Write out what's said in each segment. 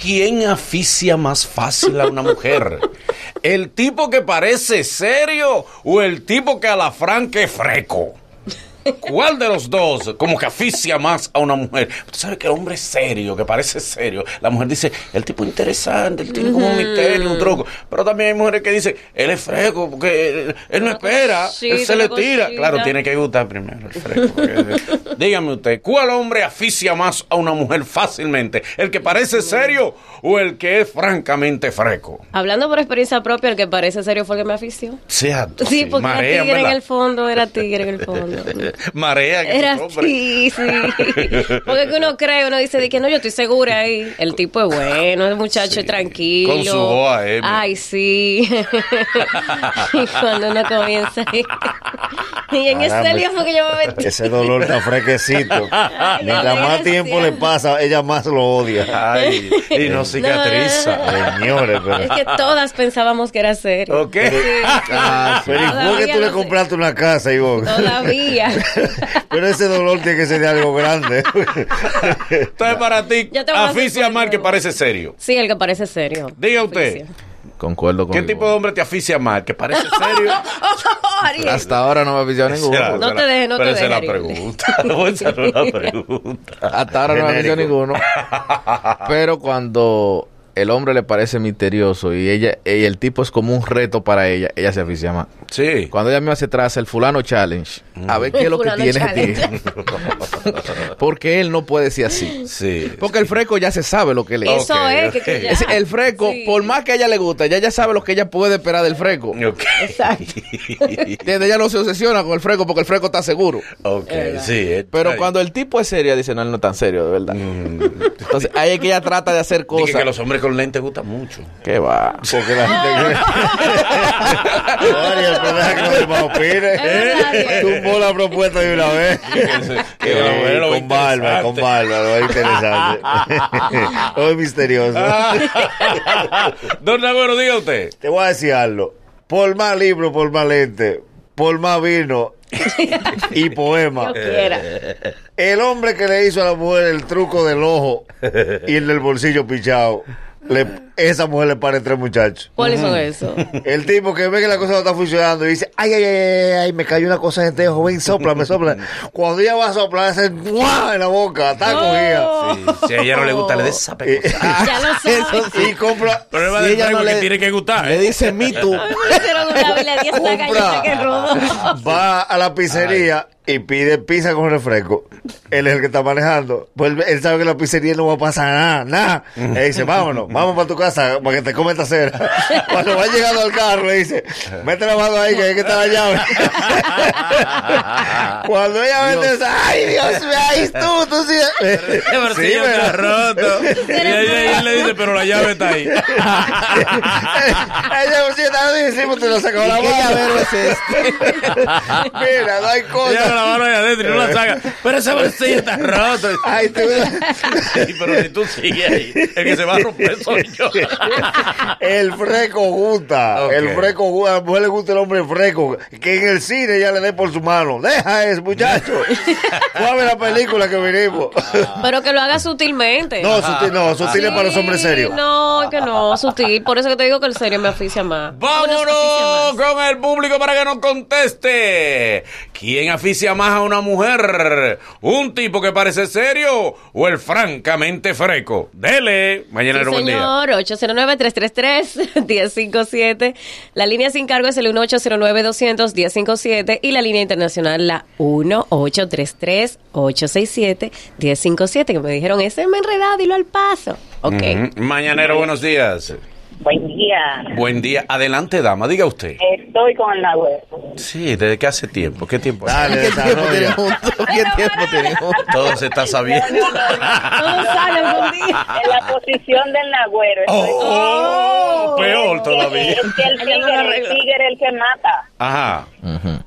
¿Quién asfixia más fácil a una mujer? ¿El tipo que parece serio o el tipo que a la franca es freco? ¿Cuál de los dos como que asfixia más a una mujer? Tú sabes que el hombre es serio, que parece serio. La mujer dice, el tipo interesante, él tiene como un misterio, un truco. Pero también hay mujeres que dicen, él es freco, porque él, él no espera, cosita, él se le una tira. cosita. Claro, tiene que gustar primero el freco. porque- Dígame usted, ¿cuál hombre asfixia más a una mujer fácilmente? ¿El que parece serio o el que es francamente freco? Hablando por experiencia propia, el que parece serio fue el que me afició. Sea, Sí, porque era marea, tigre en ¿verdad? el fondo, era tigre en el fondo. Marea. que Era ese hombre. así, sí. Porque que uno cree, uno dice, de que no, yo estoy segura ahí. El tipo es bueno, el muchacho es tranquilo. Con su boa, eh, mira. Ay, sí. y cuando uno comienza ahí. y en ese Caramba. lío fue que yo me metí. Ese dolor tan fresquecito. Ay, Mientras más gracias. tiempo le pasa, ella más lo odia. Ay, y no cicatriza. Señores, pero. Es que todas pensábamos que era serio. ¿Ok? Ah, pero ¿y por Todavía qué tú no le sé. compraste una casa, Ivonne? Todavía. Pero ese dolor tiene que ser de algo grande. Entonces, para ti, Yo te voy a hacer asfixia por más el que nuevo. parece serio. Sí, el que parece serio. Diga usted, Oficio. Concuerdo con ¿qué mi tipo de voz. hombre te asfixia más? ¿El que parece serio? Ariel. Hasta ahora no me ha pillado ninguno. Será- No te será- dejes, no te pero esa es la dejes, Ariel. pregunta. No, esa no es la pregunta. Hasta ahora no me ha Genérico. pillado ninguno. Pero cuando el hombre le parece misterioso y ella y el tipo es como un reto para ella, ella se aficia más. Sí. Cuando ella misma se traza el fulano challenge, a ver Mm. qué es lo que Fulano tiene challenge. este tipo. Porque él no puede ser así. Sí. Porque el freco ya se sabe lo que le Eso Ok, es, que, que ok. ya. Es el freco, Sí. por más que a ella le gusta, ella ya sabe lo que ella puede esperar del freco. Ok. Exacto. ¿Entiendes? Ella no se obsesiona con el freco porque el freco está seguro. Ok, sí. eh, Pero ay. cuando el tipo es serio, dice, no, él no es tan serio, de verdad. Entonces, ahí es que ella trata de hacer Mm. Dije cosas. que los hombres con lentes gustan mucho. ¿Qué va? Porque la gente cree. Oye, el problema es que los demás opinen. verdad, Ariel. Tumbó la propuesta de una vez. que la mujer lo ve con interesante. barba, con barba, lo ve interesante. Hoy misterioso. Don Nagüero, diga usted. Te voy a decir algo. Por más libro, por más lente, por más vino y poema. Yo quiera. El hombre que le hizo a la mujer el truco del ojo y el del bolsillo pichado, le- esa mujer le para tres muchachos. ¿Cuáles Mm. son esos? El tipo que ve que la cosa no está funcionando y dice, ay, ay, ay, ay, ay, me cayó una cosa en el tejo, ven, sopla, me sopla. Cuando ella va a soplar, hace ¡mua! en la boca, está cogida. Oh. Si a ella no le gusta, le des esa pecosa. Ya lo sabes. Y compra, El problema Si del ella freco no es que le- tiene que gustar. Le ¿eh? dice me too. Me hicieron una vela, diez la galleta que rodó. va a la pizzería y pide pizza con refresco. Él es el que está manejando. Pues él- él sabe que en la pizzería no va a pasar nada, nada. Él dice, vámonos, vamos para tu casa para que te comas esta cena. Cuando va llegando al carro, le dice, mete la mano ahí que ahí que está la llave. Cuando ella ve eso, ay, Dios mío, ahí tú, tú sí. El Sí, bolsillo está pero- roto. Y ella- y él le dice, pero la llave está ahí. Ella sí está bien, sí, pues te lo sacó la ¿Qué llavero mano. es este? Mira, no hay Ella con cosa. la mano ahí adentro y no la saca. Pero ese bolsillo está roto. Ay, tú. Sí, pero si tú sigues ahí, el que se va a romper soy yo. El freco gusta. Ok. El freco gusta. A la mujer le gusta el hombre freco. Que en el cine ya le dé por su mano. Deja eso, muchacho. Fue a ver la película que vinimos. Pero que lo haga sutilmente. No, sutil, no, sutil es para los Sí, hombres serios. No, que no, sutil. Por eso que te digo que el serio me aficia más. Vámonos con el público para que nos conteste. ¿Quién aficia más a una mujer? ¿Un tipo que parece serio o el francamente freco? Dele. Mañana Sí, era buen día. señor, 809-333-1057. La línea sin cargo es el 1809-200-1057 y la línea internacional la 1833-867-1057, que me dijeron, ese me enredado, dilo al paso. Ok. Ujú. Mañanero, buenos días. Buen día. Buen día. Adelante, dama, diga usted. Estoy con la web. Sí, ¿desde qué hace tiempo? ¿Qué tiempo? hace? Dale, ¿Qué tiempo tiene desarrolla. junto? ¿Qué tiempo tiene junto? Todo se está sabiendo. Todo sale algún día. En la posición del Nagüero. estoy ¡Oh! Peor todavía. Es que el Ay, no lo tigre, el arreglo. tigre es el que mata. Ajá.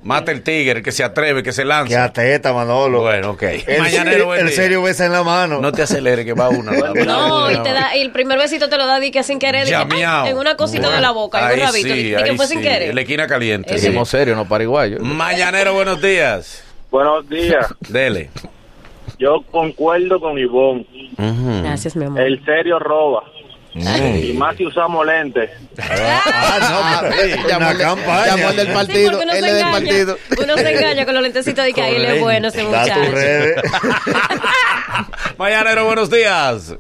Mata el tigre, el que se atreve, que se Qué lanza. ateta, Manolo. Bueno, ok. El, Mañanero, buen el día. serio besa en la mano. No te acelere que va una. va una, va No, una, y te va da, y el primer besito te lo da di que sin querer, di que, Ya, ay, miau. en una cosita de la boca, en Ahí un rabito, sí, di- di que ahí fue sin sí, querer. La esquina caliente. sí. Mm. Decimos serio, no paraguayo. Mañanero, buenos días. Buenos días. Dele. Yo concuerdo con Ivonne. Gracias, mi amor. El serio roba. Y más si usamos lentes. Ah, no, pero Llamó una al de- campaña. llamó al del Sí, partido. porque uno él se es del engaña. partido. Uno se engaña con los lentecitos de que ahí él es bueno ese Da tus muchacho. redes. Mañanero, buenos días.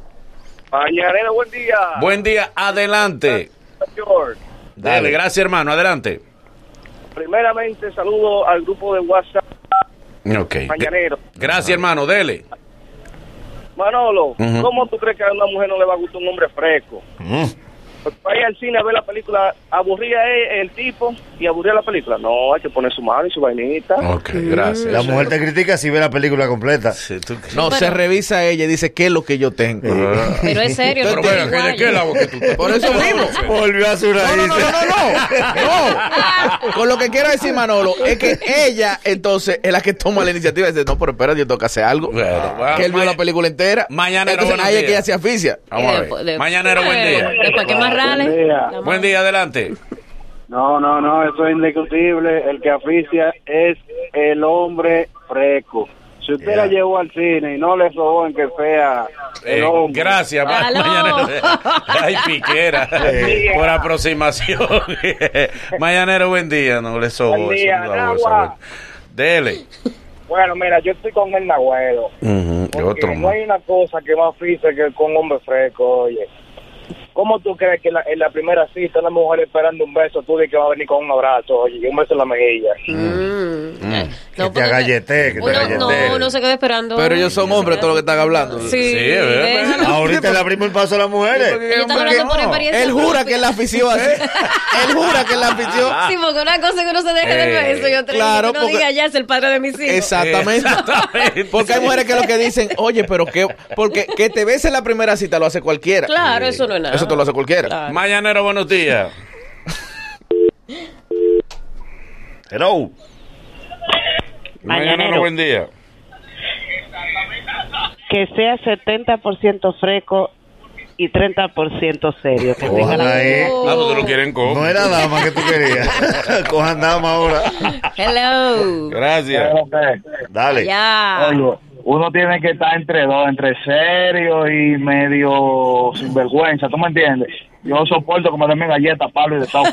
Mañanero, buen día. Buen día, adelante. Señor. Dale, gracias, hermano, adelante. Primeramente, saludo al grupo de WhatsApp Ok. Mañanero. Gracias, hermano, dele. Manolo, Ujú. ¿cómo tú crees que a una mujer no le va a gustar un hombre fresco? Pues para ir al cine a ver la película, aburría el, el tipo y aburría la película. No, hay que poner su mano y su vainita. Ok, gracias. La mujer te critica si ve la película completa. Sí, tú- No, se revisa ella y dice, ¿qué es lo que yo tengo? Pero es serio. Pero no mira, es que ¿de igual. qué lado que tú te- Por eso mismo. Volvió a su No, no, raíz. no, no, no, no. Con lo que quiero decir, Manolo, es que ella, entonces, es la que toma la iniciativa y dice, no, pero espérate, yo tengo que hacer algo. Bueno, bueno, que él vio maña- la película entera. mañana era Entonces, buenos ahí es que ella días. se aficia. Vamos a Eh, ver. de- Mañanero, buen eh, día. Después que más rale. Buen día. la Buen día, adelante. No, no, no, eso es indiscutible. El que aficia es el hombre fresco. Si usted la llevó al cine y no le sobó en que sea el Eh, hombre. gracias, ma- Aló. Mañanero. Ay, piquera. Eh. Por aproximación. mañanero, buen día. No le sobo Buen día, eso en la Nagua. bolsa, bueno. Dele. Bueno, mira, yo estoy con el Nagüero. Ujú, y Porque otro no más. hay una cosa que más física que con hombre fresco, oye. ¿Cómo tú crees que la- en la primera cita la mujer esperando un beso, tú dices que va a venir con un abrazo, oye, y un beso en la mejilla? Mm. Eh, Que te porque- agallete, que te Uno- agallete. No, uno se queda esperando. Pero ellos son hombres, todo lo que están hablando. Sí, Sí, es verdad. Ah, déjalo. Ahorita le abrimos el paso a las mujeres. Ellos están hablando por experiencia. Él jura propia. que él la afició así. Él jura que él la afició. Ah. Sí, porque una cosa es que uno se deje Eh, del beso y otra claro, es que uno porque- diga ya es el padre de mis hijos. Exactamente. Exactamente. Porque hay mujeres que lo que dicen, oye, pero que, porque que te besen en la primera cita lo hace cualquiera. Claro, eso no es nada. Eso te lo hace cualquiera. Claro. Mañanero, buenos días. Hello. Mañanero, Mañanero. buen día. Que sea 70% fresco y 30% serio. Que tenga Ojalá la... ahí. eh. Ah, pues te lo quieren con. No era dama que tú querías. Cojan dama ahora. Hello. Gracias. Dale. Ya. Oigo, uno tiene que estar entre dos, entre serio y medio sinvergüenza, ¿tú me entiendes? Yo soporto como de mi galleta, Pablo y de todo.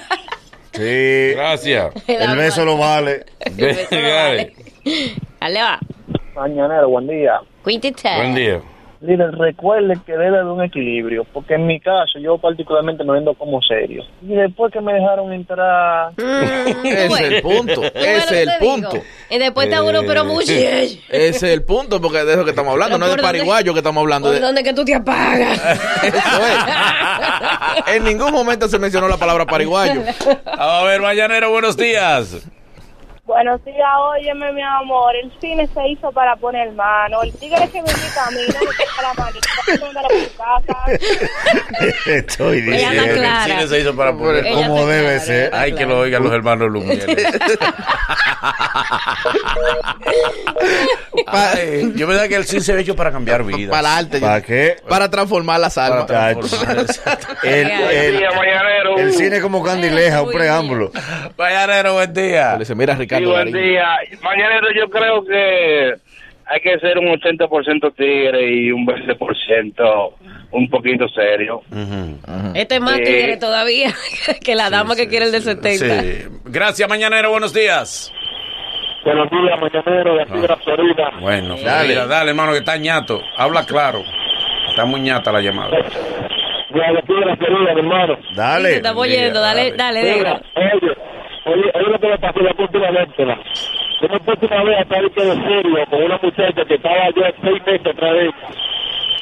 Sí. Gracias. El beso lo vale. El beso lo pues, vale. Aló. Mañanero, buen día. Cuéntete. Buen día. Miren, recuerden que debe haber un equilibrio, porque en mi caso yo particularmente me vendo como serio. Y después que me dejaron entrar... Mm, Ese tú es el ves. punto. Tú ves Ese lo que es el te digo. punto. Y después está uno, pero mucho. Ese es el punto, porque de eso que estamos hablando, no es de ¿Por dónde- pariguayo que estamos hablando. ¿Por de- dónde que tú te apagas? Eso es. En ningún momento se mencionó la palabra pariguayo. A ver, Mañanero, buenos días. Buenos días, óyeme, mi amor. El cine se hizo para poner mano. El tigre que me invita a mí no me toca la manita. Mándalo a su casa. Estoy Ella Eh, Sí, anda el diciendo. clara. cine se hizo para poner. Ella Como está debe clara, ser. está Ay, que clara. lo oigan los hermanos Lumieres. Ay, yo pensaba que el cine se había hecho para cambiar vidas. Para la arte. ¿Para qué? Para transformar las almas. Para transformar, exacto. El, el, Mañanero. el cine es como candileja, un preámbulo. Mañanero, buen día. Le dice, mira, Sí, Ricardo. buen Darín". día. Mañanero yo creo que hay que ser un 80% tigre y un 20% un poquito serio. Este es más Sí. tigre todavía que la dama que quiere el de 70. Sí. Gracias, Mañanero, buenos días. Buenos días, Mañanero, de aquí de la Florida. Bueno, Dale. dale, dale, hermano, que está ñato. Habla claro. Está muy ñata la llamada. De aquí de la Florida, mi hermano. Sí, se Dale. está oyendo, dale, dale. dale, Mira, negro. oye, oye, oye lo que me pasó la última vez, ¿verdad? Yo me puse una vez a estar que de serio con una muchacha que estaba yo seis meses otra vez.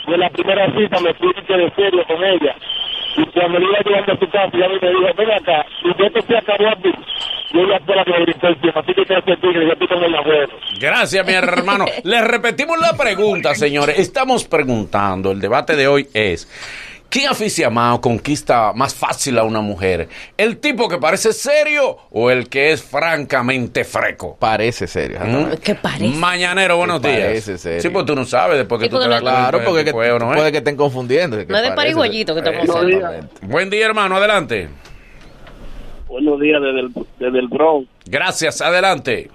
Y en la primera cita me fui que de serio con ella. Y cuando le iba llegando a su casa, ella me dijo, ven acá, y yo te fui a acabar a ti. Y ella fue la que me gritó el tiempo, así que te hace tigre, yo estoy con el abuelo. Gracias, mi hermano. Les repetimos la pregunta, señores. Estamos preguntando, el debate de hoy es, ¿qué aficia más o conquista más fácil a una mujer? ¿El tipo que parece serio o el que es francamente freco? Parece serio. ¿Mm? ¿Qué parece? Mañanero, buenos ¿Qué días. parece serio? Sí, porque tú no sabes después que Sí, tú te porque das no- cuenta Claro, de porque que que- fue o no es. puede que estén confundiendo. que No es de parece pariguayito que serio. estamos hablando. Exactamente. Buen día, hermano, adelante. Buenos días desde el, desde el Bronx. Gracias, adelante.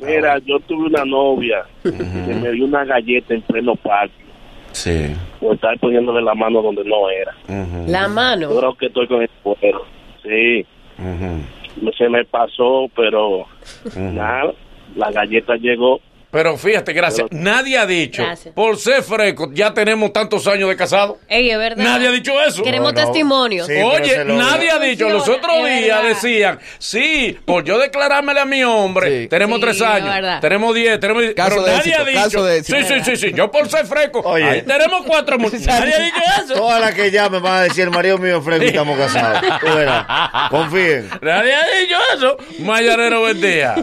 Mira, yo tuve una novia que me dio una galleta en pleno patio. Sí. por estar poniéndole la mano donde no era. Ujú, La mano. Yo creo que estoy con el cuero. Sí, ujú. se me pasó, pero nada, la galleta llegó. Pero fíjate, gracias. Nadie ha dicho, Gracias. por ser fresco, ya tenemos tantos años de casado. Ey, es verdad. Nadie ha dicho eso. Queremos No, no. testimonios. Sí. pero Oye, se logra. nadie ha dicho, los Funciona, otros es días verdad. decían, sí, por yo declarármele a mi hombre, Sí. tenemos Sí, tres es años, verdad. tenemos diez, tenemos diez, Caso pero de nadie éxito, ha dicho, caso de éxito. sí, sí, sí, sí, yo por ser fresco, Oye. ahí tenemos cuatro muchachos, nadie ha dicho eso. Todas las que llamen van a decir, el marido mío es fresco y estamos casados. Tú verás. Confíen. Nadie ha dicho eso. Mayanero, buen día.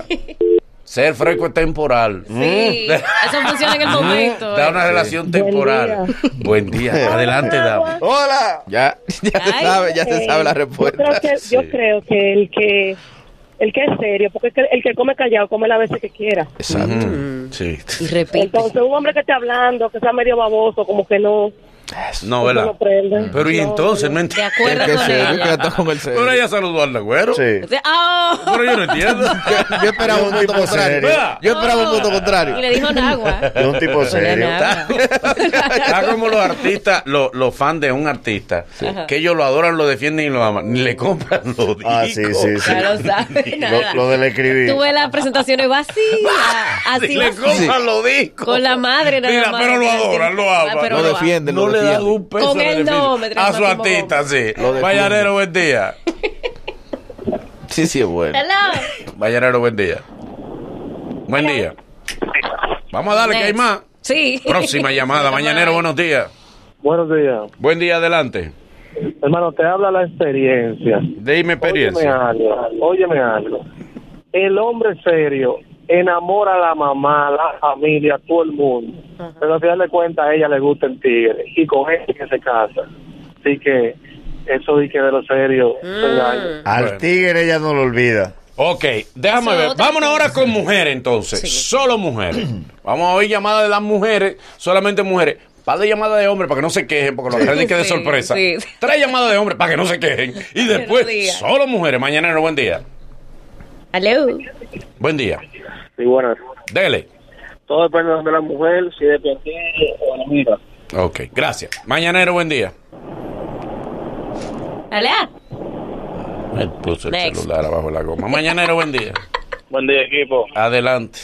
Ser fresco es temporal. Sí. Eso funciona en el momento. Da eh. una relación temporal. Buen día. Adelante, dame. ¡Hola! Ya, ya se Ay, sabe, ya se Eh, sabe la Yo respuesta. creo que, Sí. yo creo que el que el que es serio, porque es que el que come callado come las veces que quiera. Exacto. Sí. Y repite. Entonces, un hombre que esté hablando, que sea medio baboso, como que no, No, eso ¿verdad? no prende. Pero y No, entonces, no De entiendo. El acuerdo que con se ella. que está con el serio. Pero ella saludó al agüero. Sí. Entonces, ¡ah! Pero yo no entiendo. Yo esperaba un Un voto tipo contrario. serio. Yo esperaba un voto contrario. Y le dijo Nagua. Es un tipo serio. Está, está como los artistas, los, los fans de un artista, que ellos lo adoran, lo defienden y lo aman. Ni le compran los discos. Ah, sí, sí, sí. Ya lo sabes, nada. Lo, lo del escribir. Tuve las presentaciones vacías. Así Ni le vacías. compran los discos. Con la madre nada Mira, más. pero lo adoran, lo aman. Ah, pero Lo lo defienden, No lo le da defienden. un peso Con de él beneficio no, me trae A más su como artista, sí. Lo defiende. Mayanero, buen día. Sí, sí, es bueno. Hello. Mayanero, buen día. Buen día. Vamos a darle que hay Next. más. Sí. Próxima llamada. Mañanero, buenos días. Buenos días. Buen día, adelante. Hermano, te habla la experiencia. Dime Óyeme experiencia. algo, óyeme algo. El hombre serio enamora a la mamá, a la familia, a todo el mundo. Pero al final de cuentas a ella le gusta el tigre y con él es que se casa. Así que eso de que de lo serio se engaña. Al Bueno. tigre ella no lo olvida. Ok, déjame Eso es ver. otra Vámonos ahora cosa. con mujeres entonces. Sí. Solo mujeres. Vamos a oír llamadas de las mujeres, solamente mujeres. Par de llamadas de hombres para que no se quejen, porque los redes que de Sí, sorpresa. sí. Tres llamadas de hombres para que no se quejen. Y después, días. solo mujeres. Mañanero, buen día. Hello. Buen día. Y bueno, Dele. todo depende de la mujer, si depende o la mira. Ok, gracias. Mañanero, buen día. Hola. Me puse el Next. celular abajo de la goma. Mañanero, buen día. Buen día, equipo. Adelante.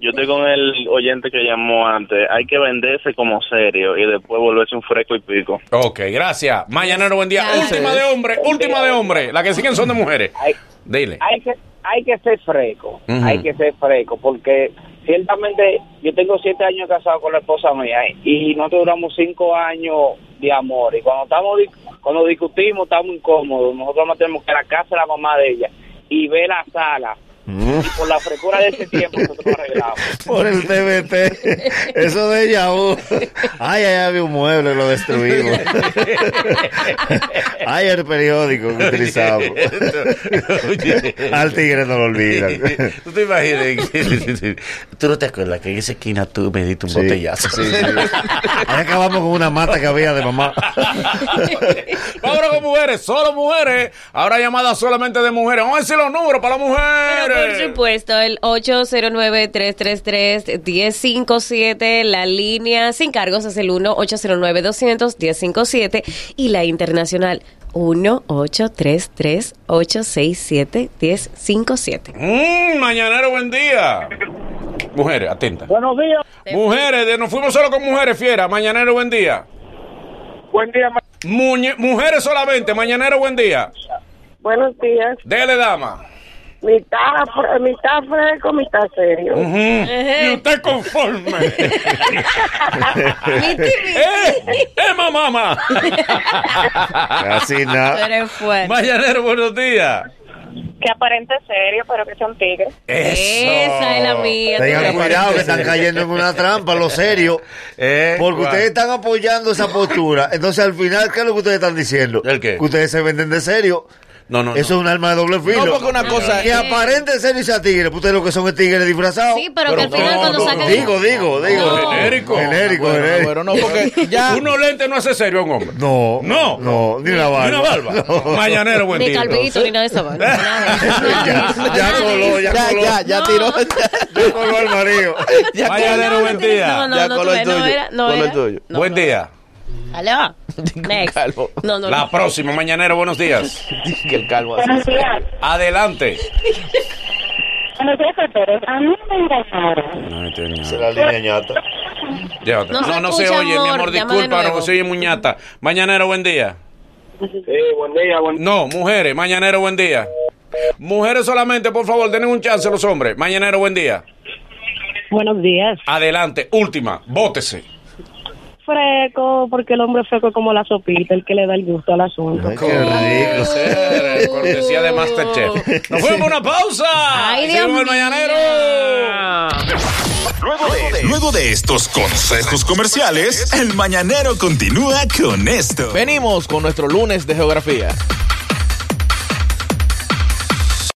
Yo estoy con el oyente que llamó antes. Hay que venderse como serio y después volverse un fresco y pico. Ok, gracias. Mañanero, buen día. Ya. Última de hombre, última de hombre. La que siguen son de mujeres. Ay. Dile. hay que hay que ser fresco, Ujú. hay que ser fresco, porque ciertamente yo tengo siete años casado con la esposa mía ¿eh? y nosotros duramos cinco años de amor y cuando estamos di- cuando discutimos estamos incómodos, nosotros no tenemos que ir a la casa de la mamá de ella y ver la sala y por la frescura de ese tiempo nosotros nos arreglamos. Por el TBT. Eso de Yahoo. Ay, allá había un mueble, lo destruimos. Ay, el periódico que utilizamos. Oye. Al tigre no lo olvidan. ¿Tú te imaginas? ¿Tú no te acuerdas que en esa esquina tú me diste un Sí. botellazo? Sí, sí. Ahí acabamos con una mata que había de mamá. Ahora con mujeres, solo mujeres. Ahora llamadas solamente de mujeres. Vamos a decir los números para las Pero mujeres. por supuesto, el 809-333-1057, la línea sin cargos es el 1-809-200-1057 y la internacional 1-833-867-1057. Mm, mañanero, buen día. Mujeres, atenta. Buenos días. Mujeres, de- nos fuimos solo con mujeres, fiera. Mañanero, buen día. Buen día, ma- Muñe- mujeres solamente, mañanero, buen día. Buenos días. Dele, dama. Mitad, fre- mitad fresco, mitad serio. Ujú. Y usted conforme. Miti, miti. ¡Eh! ¡Eh, mamá! Casi Tú nada. eres fuerte. Mañanero, buenos días. Que aparente serio, pero que son tigres. Esa es la mía. Tengan tú eres- cuidado que están cayendo en una trampa, lo serio. Eh, Porque ¿cuál? ustedes están apoyando esa postura. Entonces, al final, ¿qué es lo que ustedes están diciendo? ¿El qué? Que ustedes se venden de serio. No, no, Eso no. es un arma de doble filo. No, porque una cosa Y es- aparente ser y sea tigre. Pues Ustedes lo que son es tigres disfrazados. Sí, pero, que al Pero final no, cuando no, sacan... Digo, digo, digo. No. Genérico. Genérico, Bueno, genérico. bueno, no, porque ya... Ya. Uno lente no hace serio a un hombre. No, No. no, ni una barba. Ni una barba. No. Mañanero, buen Ni día. calvito, ni nada de esa vaina. Nada de eso, nada de ya, eso, ya nada de coló, eso. ya ya, coló. ya, ya No. tiró. Ya coló al marido. Ya Mañanero, buen No, día. no, Ya no, con tú lo ves, no tuyo, era, no con lo era. tuyo. No, Buen no. día. Aló. Next. calvo. No, no, La no. próxima, mañanero, buenos días. que el calvo así. Buenos días. Adelante. Buenos días a todos. A mí me engañaron. Será línea ñata. Llévate. No se No, no se escucha, oye, mi amor, amor, llama disculpa, de nuevo. no se oye muñata. Mañanero, buen día. Sí, buen día, buen No, mujeres, mañanero, buen día. Mujeres solamente, por favor, denle un chance a los hombres. Mañanero, buen día. Buenos días. Adelante, última, bótese. Freco, porque el hombre freco es como la sopita, el que le da el gusto al asunto. Ay, qué rico. Ser, Cortesía de Masterchef. Nos fuimos a una pausa. Ay, Dios Seguimos el mío. mañanero. Luego de, luego de estos consejos comerciales, el mañanero continúa con esto. Venimos con nuestro lunes de geografía.